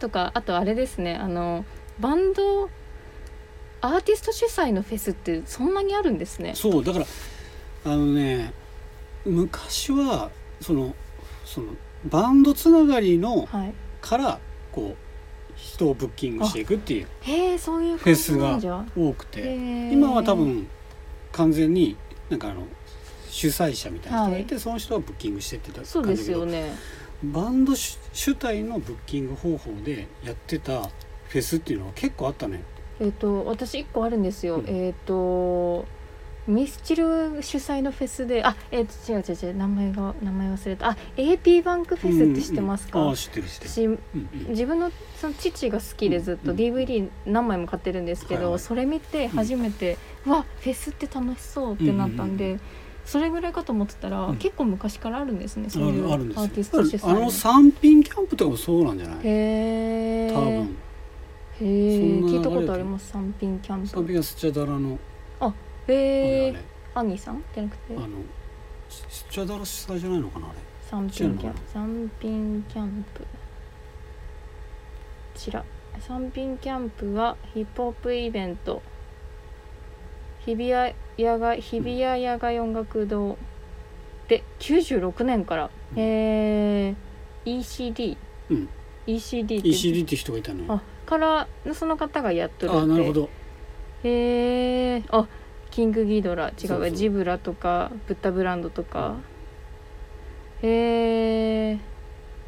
A: とかあとあれですねあのバンドアーティスト主催のフェスってそんなにあるんですね
B: そうだからあのね昔はそのそのバンドつながりの
A: はい
B: からこう人をブッキングしていくっていう
A: へえそういう
B: フェスが
A: 感じなんじ
B: 多く
A: ゃ
B: て
A: へえ
B: 今は多分完全になんかあの主催者みたいな人がいて、その人がブッキングしてってた感じ
A: そう
B: だけど
A: ですよね
B: バンド主主体のブッキング方法でやってたフェスっていうのは結構あったね。
A: えっ、と私一個あるんですよ、
B: うん
A: えっ、とミスチル主催のフェスであえっ、と違う違う違う名前が名前忘れたあ AP バンクフェスって知ってますか、
B: うんうんああ知ってる知ってる。
A: 私
B: うんうん
A: 自分のその父が好きでずっと
B: うん
A: DVD 何枚も買ってるんですけど、
B: はいはい
A: それ見て初めて、うわフェスって楽しそうってなったんで、
B: うんう
A: それぐらいかと思ってたら、
B: うん
A: 結構昔からあるんですねそういう
B: あ
A: ア
B: あるん
A: ーテ
B: で
A: ィス
B: す
A: ト主
B: よ。あの
A: 催の
B: 三品キャンプとかもそうなんじゃない？
A: へえ
B: 多分
A: へえ
B: そんな流れ
A: 聞いたことあります三品キャン
B: スカ
A: プ
B: ピがスチャダラの、
A: へ
B: あれ
A: えアニさんじゃなくて
B: あれあのススチャダラ主催じゃないのかなあれ
A: 三品キャ
B: 違う
A: ン
B: のか
A: プ三品キャンプちら三品キャンプはヒップホップイベント日比谷野外日比谷野外音楽堂で96年から、
B: うん
A: えー、ECD、
B: うん
A: ECD って
B: ECD って人がいたのよ
A: あからその方がやっとる
B: あなるほ
A: ど
B: ど
A: へえあキングギドラ違う
B: そうそう
A: ジブラとかブッダブランドとか、へえ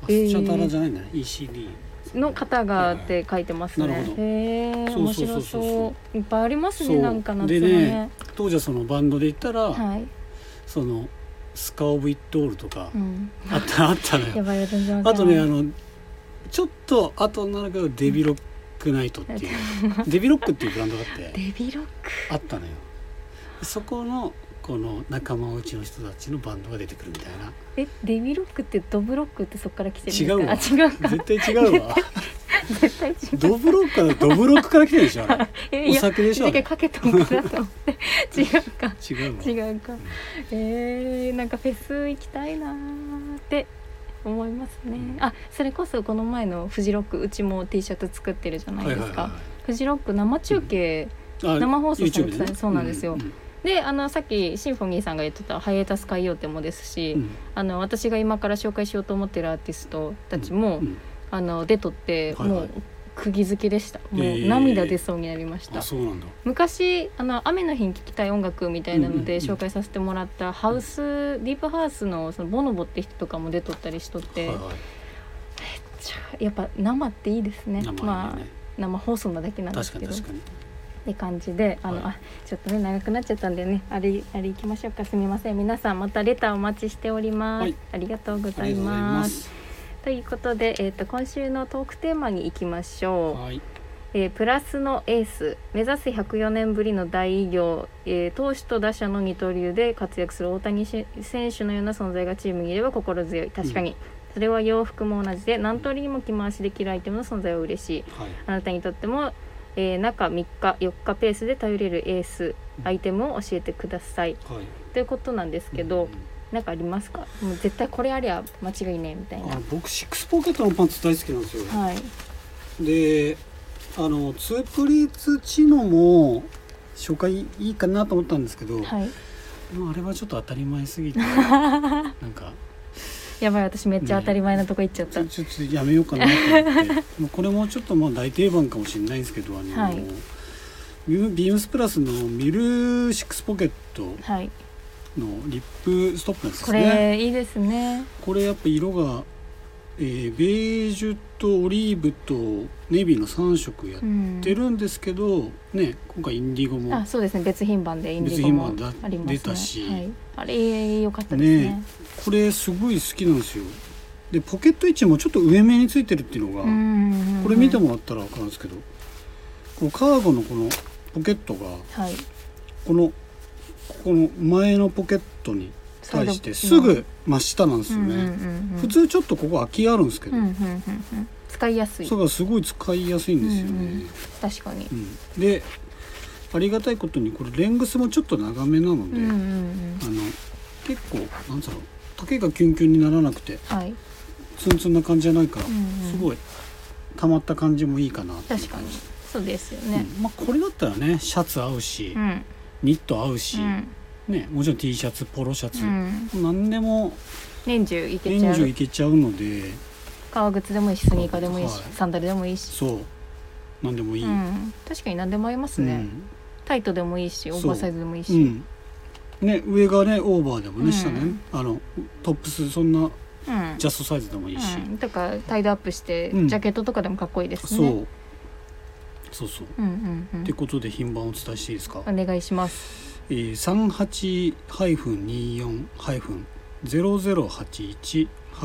B: あスチャダラじゃないんだね ECD
A: の方がって書いてますね。
B: なるほど
A: へえ、
B: そ
A: 面
B: うそうそ
A: 白
B: うそう
A: そう。いっぱいあります
B: そ
A: ね、
B: う
A: なんか夏
B: で
A: の
B: ね
A: ね。
B: 当時はそのバンドで言ったら、
A: はい。
B: そのスカオブ・イット・オールとか
A: うん。
B: あったあったの
A: や
B: よ
A: ばいよ、全然わか
B: あ
A: んない。
B: とねあのちょっと後になるけどデビロックナイトっていう デビロックっていうブランドがあって
A: デビロック。
B: あったのよそこのこの仲間内の人たちのバンドが出てくるみたいな
A: えデビロックってドブロックってそこから来てるんですか
B: 違
A: あ違うか
B: 絶対違う わ
A: 絶対違う
B: ドブロックからドブロックから来てるでしょあれ
A: え
B: お
A: いや
B: 酒でしょあ
A: だけ
B: れ
A: かけたのかなと思って違うか
B: 違うわ
A: 違うかえー、なんかフェス行きたいなーって思いますね、
B: うん
A: あそれこそこの前のフジロックうちも T シャツ作ってるじゃないですか、
B: い
A: フジロック生中継、
B: あ
A: 生放送されてた
B: YouTube ね
A: そうなんですよ
B: う
A: であのさっきシンフォニーさんが言ってた「ハイエータス海洋展」もですし、
B: うんうん
A: あの私が今から紹介しようと思ってるアーティストたちも、
B: うん
A: あの出とって、
B: はいは
A: も
B: い
A: う釘付けでしたも
B: え
A: う
B: ー
A: 涙出そうになりました、
B: あそうなんだ
A: 昔あの雨の日に聴きたい音楽みたいなので
B: うんうんうん
A: 紹介させてもらった、ハウスディープハウスのそのボノボって人とかも出とったりしとって、
B: はいはい
A: ちゃやっぱ生っていいですね
B: 生いいね
A: まあ生放送なだけなんで
B: 確
A: す
B: か
A: け
B: に
A: どっ
B: 確かに
A: て感じであの、
B: はい
A: あちょっとね長くなっちゃったんでねあれあれ行きましょうかすみません皆さんまたレターお待ちしております、
B: はい
A: ありがとうご
B: あ
A: ざ
B: り
A: い
B: がとうござい
A: ま
B: ますす
A: ということで、えー、と今週のトークテーマに行きましょう、
B: はい
A: えープラスのエース目指す104年ぶりの大偉業、えー投手と打者の二刀流で活躍する大谷し選手のような存在がチームにいれば心強い確かに、それは洋服も同じで何通りにも着回しできるアイテムの存在は嬉しい
B: はい
A: あなたにとっても、えー中3日4日ペースで頼れるエースアイテムを教えてください
B: はい
A: ということなんですけど、
B: うん
A: なんかありますかもう絶対これありゃ間違いねえみたいな
B: あ僕シックスポケットのパンツ大好きなんですよ
A: はい
B: であのツープリーツチノも紹介いいかなと思ったんですけど、
A: はい
B: でもあれはちょっと当たり前 すぎてなんか
A: やばい私めっちゃ当たり前なとこ行っちゃっ
B: ち
A: た、
B: ょちょっとやめようかなと思ってもうこれもちょっとまあ大定番かもしれないんですけどあの、
A: はい
B: ビームビームスプラスのミルシックスポケット
A: はい
B: のリップストップです
A: こ
B: ね
A: れいいですね。
B: これやっぱ色が、えーベージュとオリーブとネビーの3色やっ
A: うん
B: てるんですけど、ね今回インディゴも
A: あ、そうですね。別品番でインディゴも
B: 別品版だ
A: ありますね。
B: 出たし
A: はい、あれ良かったですね。
B: ねこれすごい好きなんですよでポケット位置もちょっと上目についてるっていうのが、
A: うんうんうん
B: これ見てもらったら分かるんですけどこのカーゴのこのポケットが
A: はい。
B: このここの前のポケットに対して
A: サイ
B: す
A: ド
B: ぐ真下なんですよね、
A: うんうんうんうん
B: 普通ちょっとここ空きあるんですけ
A: う
B: ど、
A: んうんうんうん使いやすい
B: そ。れがすごい使いやすいんですよね、
A: 確かに
B: う。んでありがたいことにこれレングスもちょっと長めなの
A: う
B: で、
A: んうんう
B: あ
A: ん。
B: の結構なんだろう丈がキュンキュンにならなくて
A: はい。
B: ツンツンな感じじゃないから、
A: うんうん
B: すごい溜まった感じもいいかなっていう
A: 確か
B: 感
A: に
B: じ。
A: そうですよね。
B: うんまあ、これだったらねシャツ合うし、
A: うん。
B: ニット合うし、
A: うん。
B: ね、もちろん T シャツポロシャツ、
A: うん
B: 何でも
A: 年中いけ
B: 年
A: ちゃ
B: 中
A: う
B: い。けちゃうので
A: 革靴でもいいし、スニーカーでもいいし
B: はい、
A: サンダルでもいいし。
B: そう何でもいい、
A: うん。確かに何でも合います
B: う
A: ね。
B: ん
A: タイトでもいいし、オーバーサイズでもいいうし。
B: んね、上がねオーバーでもね、
A: うん
B: 下ねあのトップスそんな
A: うん
B: ジャストサイズでもいいし、
A: うん、とかタイドアップして、
B: うん
A: ジャケットとかでもかっこいいです
B: そう
A: ね。
B: そうそう、
A: うんうんうん
B: ってことで品番をお伝えしていいですか、
A: お願いします。
B: えー、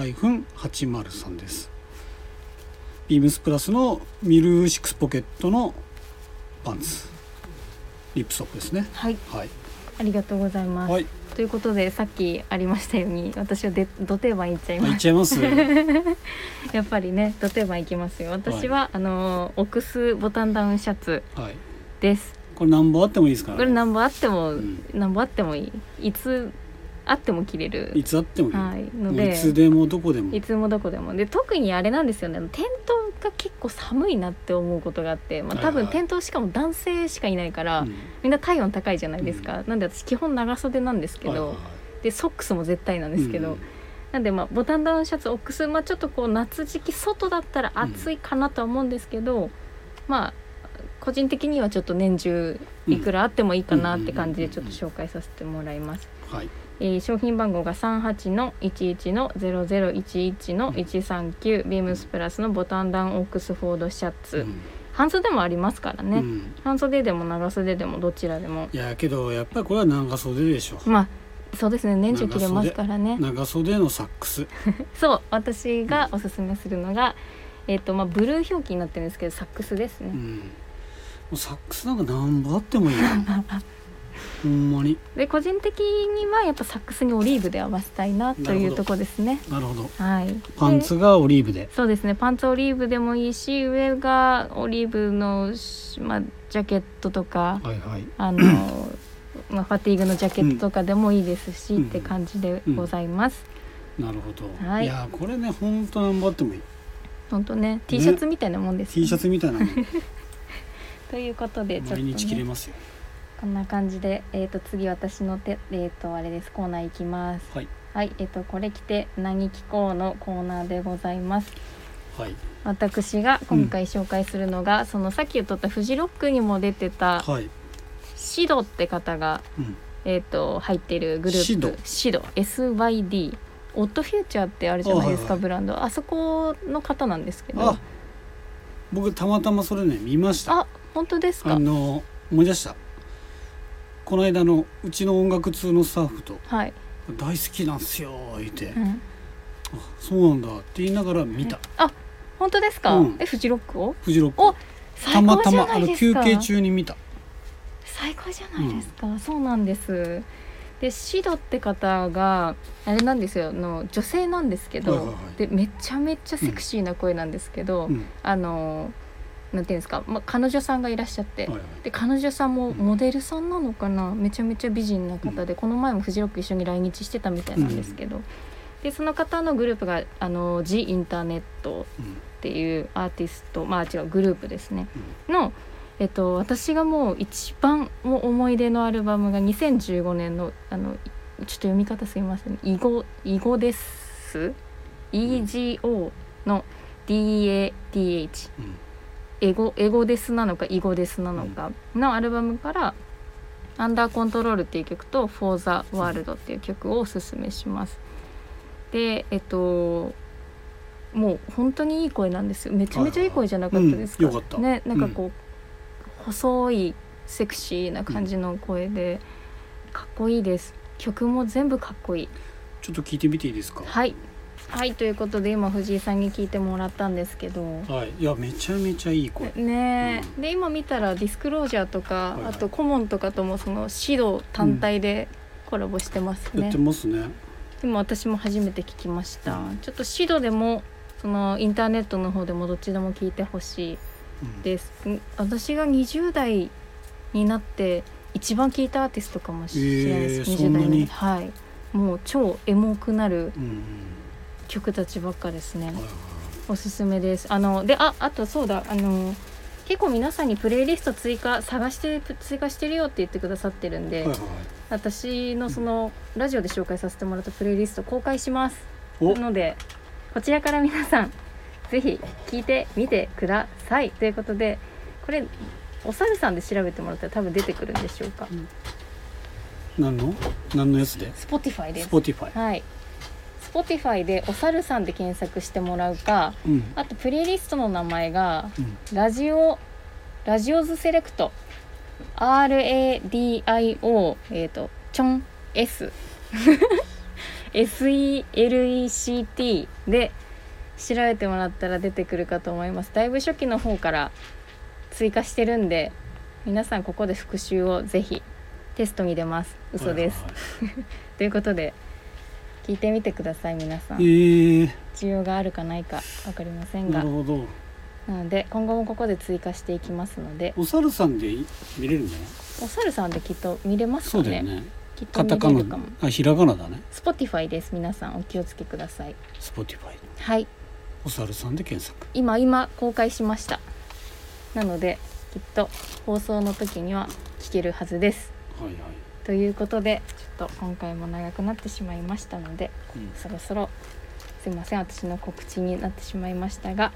B: 38-24-0081-803ですビームスプラスのミルシックスポケットのパンツリップストップですね
A: はい、
B: はい、
A: ありがとうございます。
B: はい、
A: ということでさっきありましたように私はでド定番いっちゃい
B: あいっ
A: ます。
B: ちゃいます は
A: やっぱりねド定番いきますよ。私は、あのーオックスボタンダウンシャツ
B: い
A: です。
B: これ何本あってもいいですか
A: こ
B: ら、
A: れ何本あっても、
B: うん
A: 何本あってもいい。いつあっても着れる。
B: いつあってもいい、
A: はいの
B: もう
A: で
B: いつでもどこでも
A: いつもどこでもで特にあれなんですよねあの店頭が結構寒いなって思うことがあって、まあ、多
B: はい
A: 分
B: はい
A: 店頭しかも男性しかいないから、
B: うん
A: みんな体温高いじゃないですか、なんで私基本長袖なんですけど、
B: はいはいは
A: でソックスも絶対なん
B: い
A: ですけど、
B: うん
A: なんでまあボタンダウンシャツオックス、まあ、ちょっとこう夏時期外だったら暑いかなとは思うんですけど、まあ個人的にはちょっと年中いくらあってもいいかなって感じでちょっと紹介させてもらいます。
B: はい
A: えー商品番号が38の11の0011の139、ビームスプラスのボタンダウンオックスフォードシャツ、
B: うん
A: 半袖もありますからね、
B: うん
A: 半袖でも長袖でもどちらでも
B: いやけどやっぱりこれは長袖でしょ
A: まあそうですね年中着れますからね
B: 長袖のサックス
A: そう私がおすすめするのが、えっとまあ、ブルー表記になってるんですけどサックスです
B: う
A: ね、。
B: んもうサックスなんか何本あってもいいよほんまに
A: で個人的にはやっぱサックスにオリーブで合わせたいなと
B: なる
A: い
B: ほ
A: う
B: ど
A: とこですね
B: なるほど
A: はい
B: パン
A: で
B: ツがオリーブで
A: そうですねパンツオリーブでもいいし上がオリーブの、しまあ、ジャケットとか
B: はいはい
A: あの、まあ、ファティーグのジャケットとかでもいいですし、
B: うん
A: って感じでございます、
B: なるほど、
A: はい
B: いやーこれねほんと頑張ってもいい
A: ほんとね T シャツみたいなもんです、ね
B: T シャツみたいなの も
A: ということでちょっと、
B: 毎日着
A: ね、
B: れますよ
A: こんな感じで、えー、と次私のて、えー、とあれですコーナーいきます
B: はい
A: はいえっ、とこれ着て何着こうのコーナーでございます
B: はい
A: 私が今回紹介するのが、そのさっき言っとったフジロックにも出てた
B: はい、
A: シドって方が、
B: うん、
A: えー、と入ってるグループ
B: シド
A: シド SYD オットフューチャーってあるじゃないですか、
B: あはいはい
A: ブランドあそこの方なんですけど
B: あ僕たまたまそれね見ました
A: あ本当です
B: あ
A: か
B: の思い出したこの間のうちの音楽通のスタッフと
A: はい、
B: 「大好きなんすよ」言って、
A: うん、
B: あそうなんだ」って言いながら見た、
A: あ本当ですか、
B: うん
A: えフジロックを
B: フジロッ
A: お
B: クた
A: 最
B: ま
A: 高
B: た
A: じ
B: ま
A: ゃな
B: あ
A: い
B: の
A: です
B: 休
A: か
B: 憩中に見た
A: 最高じゃないですか、そうなんですでシドって方があれなんですよあの女性なんですけど、
B: はいはいは
A: で
B: い
A: めちゃめちゃセクシーな声なんですけど、
B: うん
A: あのなんていうんですか、まあ、彼女さんがいらっしゃって、
B: はいはい
A: で彼女さんも
B: うん
A: モデルさんなのかな、めちゃめちゃ美人な方で、この前もフジロック一緒に来日してたみたいなんですけど、でその方のグループがあの G インターネット
B: うん
A: っていうアーティストまあ違うグループですね、の、えっと、私がもう一番もう思い出のアルバムが2015年のあのちょっと読み方すいません「囲碁囲碁です EGO の DADH
B: うん
A: エゴエゴですなのかイゴですなのかのアルバムから「アンダーコントロール」っていう曲と「フォーザワールドっていう曲をおすすめします。でえっともう本当にいい声なんですよめちゃめちゃいい声じゃなかったですか,、
B: はいはいはいうんよか
A: ね
B: った
A: なんかこう、細いセクシーな感じの声で、かっこいいです曲も全部かっこいい
B: ちょっと聞いてみていいですか
A: はいはいということで今藤井さんに聞いてもらったんですけど
B: はいいやめちゃめちゃいい声
A: ねえ、
B: う
A: で今見たらディスクロージャーとか、
B: はいはい
A: あとコモンとかともその指導単体でコラボしてます
B: や
A: ね
B: って、ますね
A: 今私も初めて聞きました、
B: うん
A: ちょっと指導でもそのインターネットの方でもどっちでも聞いてほしい
B: うん
A: ですん私が20代になって一番聞いたアーティストかもしれないで
B: えー
A: す、
B: そんなに
A: 20代はいもう超エモくなる
B: うん
A: 曲たちばっかですね、
B: うんはいはい
A: おすすめですあのでああとそうだあの結構皆さんにプレイリスト追加探して追加してるよって言ってくださってるんで、
B: はいはいはい
A: 私のそのラジオで紹介させてもらったプレイリスト公開します
B: お
A: なのでこちらから皆さんぜひ聞いてみてくださいということでこれお猿さんで調べてもらったら多分出てくるんでしょうか
B: 何の何のやつで
A: Spotify です
B: Spotify
A: はい Spotify でお猿さんで検索してもらうか
B: うん
A: あとプレイリストの名前が
B: うん
A: ラジオラジオズセレクト RADIO えっ、とチョン S SELECT で調べてもらったら出てくるかと思いますだいぶ初期の方から追加してるんで皆さんここで復習をぜひテストに出ます嘘です、
B: はいはいはい
A: ということで聞いてみてください皆さん
B: ええ
A: 需要があるかないか分かりません
B: な
A: が
B: るほど
A: なので今後もここで追加していきますので
B: お猿さんで見れるんじゃない
A: お猿さんできっと見れます
B: そ
A: か
B: うだよ
A: ね
B: ね
A: きっと
B: カタ
A: 見
B: カ
A: れるか
B: ナ
A: も
B: あひらがなだね
A: Spotify です皆さんお気をつけください
B: Spotify
A: はい
B: お猿さんで検索
A: 今今公開しましたなのできっと放送の時には聞けるはずです
B: はいはい、
A: ということでちょっと今回も長くなってしまいましたので
B: うん
A: そろそろすいません私の告知になってしまいましたが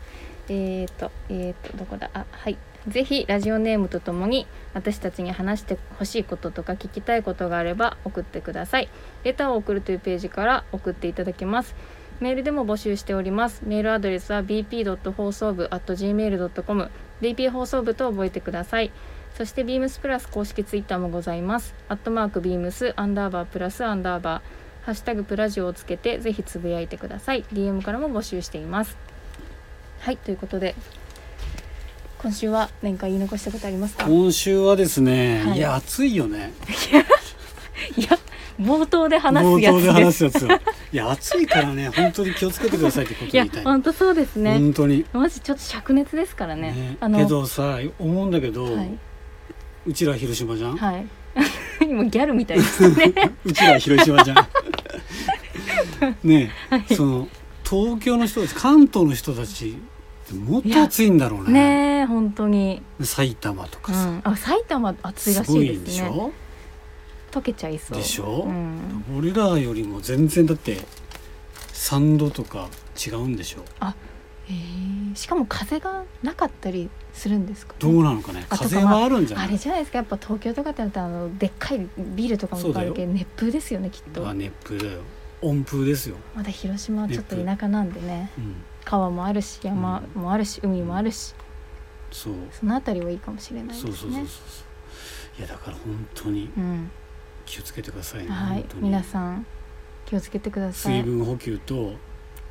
A: えー、とえー、とどこだあはいぜひラジオネームとともに私たちに話してほしいこととか聞きたいことがあれば送ってくださいレターを送るというページから送っていただけますメールでも募集しておりますメールアドレスは bp. 放送部 .gmail.com bp 放送部と覚えてくださいそして beams プラス公式ツイッターもございますアットマーク beams アンダーバープラスアンダーバーハッシュタグプラジオをつけてぜひつぶやいてください。DM からも募集しています。はい、ということで、今週は何か言い残したことありますかい
B: 今週はですね、
A: はい
B: い、や暑いよね
A: や冒頭で話す
B: 冒
A: や
B: 頭
A: つ
B: で
A: で
B: 話
A: す
B: すやつよいや暑いからね本当に気をつけてくださいってことを
A: い
B: 言
A: や
B: いたい
A: 本当そうですね、
B: 本当に
A: マジちょっと灼熱ですからね
B: ね
A: あの
B: けどさ思うんだけど、
A: は
B: うちら広島じゃん、
A: い、はい 今ギャルみたいですね
B: うちら広島 じゃんねえ、その東京の人たち関東の人たちってもっと暑いんだろうね
A: ねえ本当に、
B: 埼玉と
A: う
B: かさ、
A: ん、あ埼玉暑いら
B: す
A: し
B: ご
A: い
B: い
A: で
B: んですし
A: ね
B: ょ
A: 溶けちゃいそう
B: でしょ
A: うん、
B: 俺らよりも全然だって3度とか違うんでしょ
A: えーしかも風がなかったりするんですかね、
B: どうなのかね
A: あとか
B: 風はあるんじゃな
A: あ
B: い
A: れじゃないですかやっぱ東京とかってなったらあのでっかいビルとかもいっぱいあるけど熱風ですよねきっと
B: は熱風だよ温風ですよ、
A: まだ広島はちょっと田舎なんでね
B: うん、
A: 川もあるし山もあるし、海もあるし
B: そう
A: その辺りはいいかもしれないです
B: そうそう
A: ね
B: そうそうそういやだから本当に
A: うん、
B: 気をつけてくださいね、
A: はい
B: 本当に
A: 皆さん気をつけてください
B: 水分補給と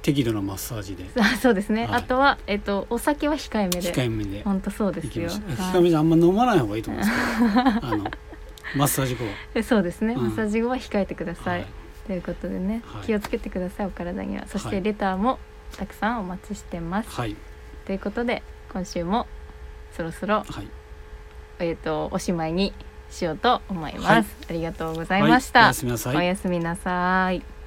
B: 適度なマッサージで
A: あそうですね、
B: は
A: あ
B: い
A: とは、えっと、お酒は控えめで
B: 控えめで
A: 本当そうで
B: い
A: す
B: きま
A: よ
B: しょう
A: はい
B: 控えめであんま飲まない方がいいと思うんですけどあ のマッサージ後
A: でそうですね、
B: うん
A: マッサージ後は控えてください、
B: はい
A: ということでね、
B: はい
A: 気をつけてくださいお体にはそし
B: は
A: て
B: い
A: レターもたくさんお待ちしてます、
B: はい
A: ということで今週もそろそろ、
B: はい
A: えっとおしまいにしようと思います、
B: はい
A: ありがとうございました、
B: はいおやすみなさい
A: おやすみなさい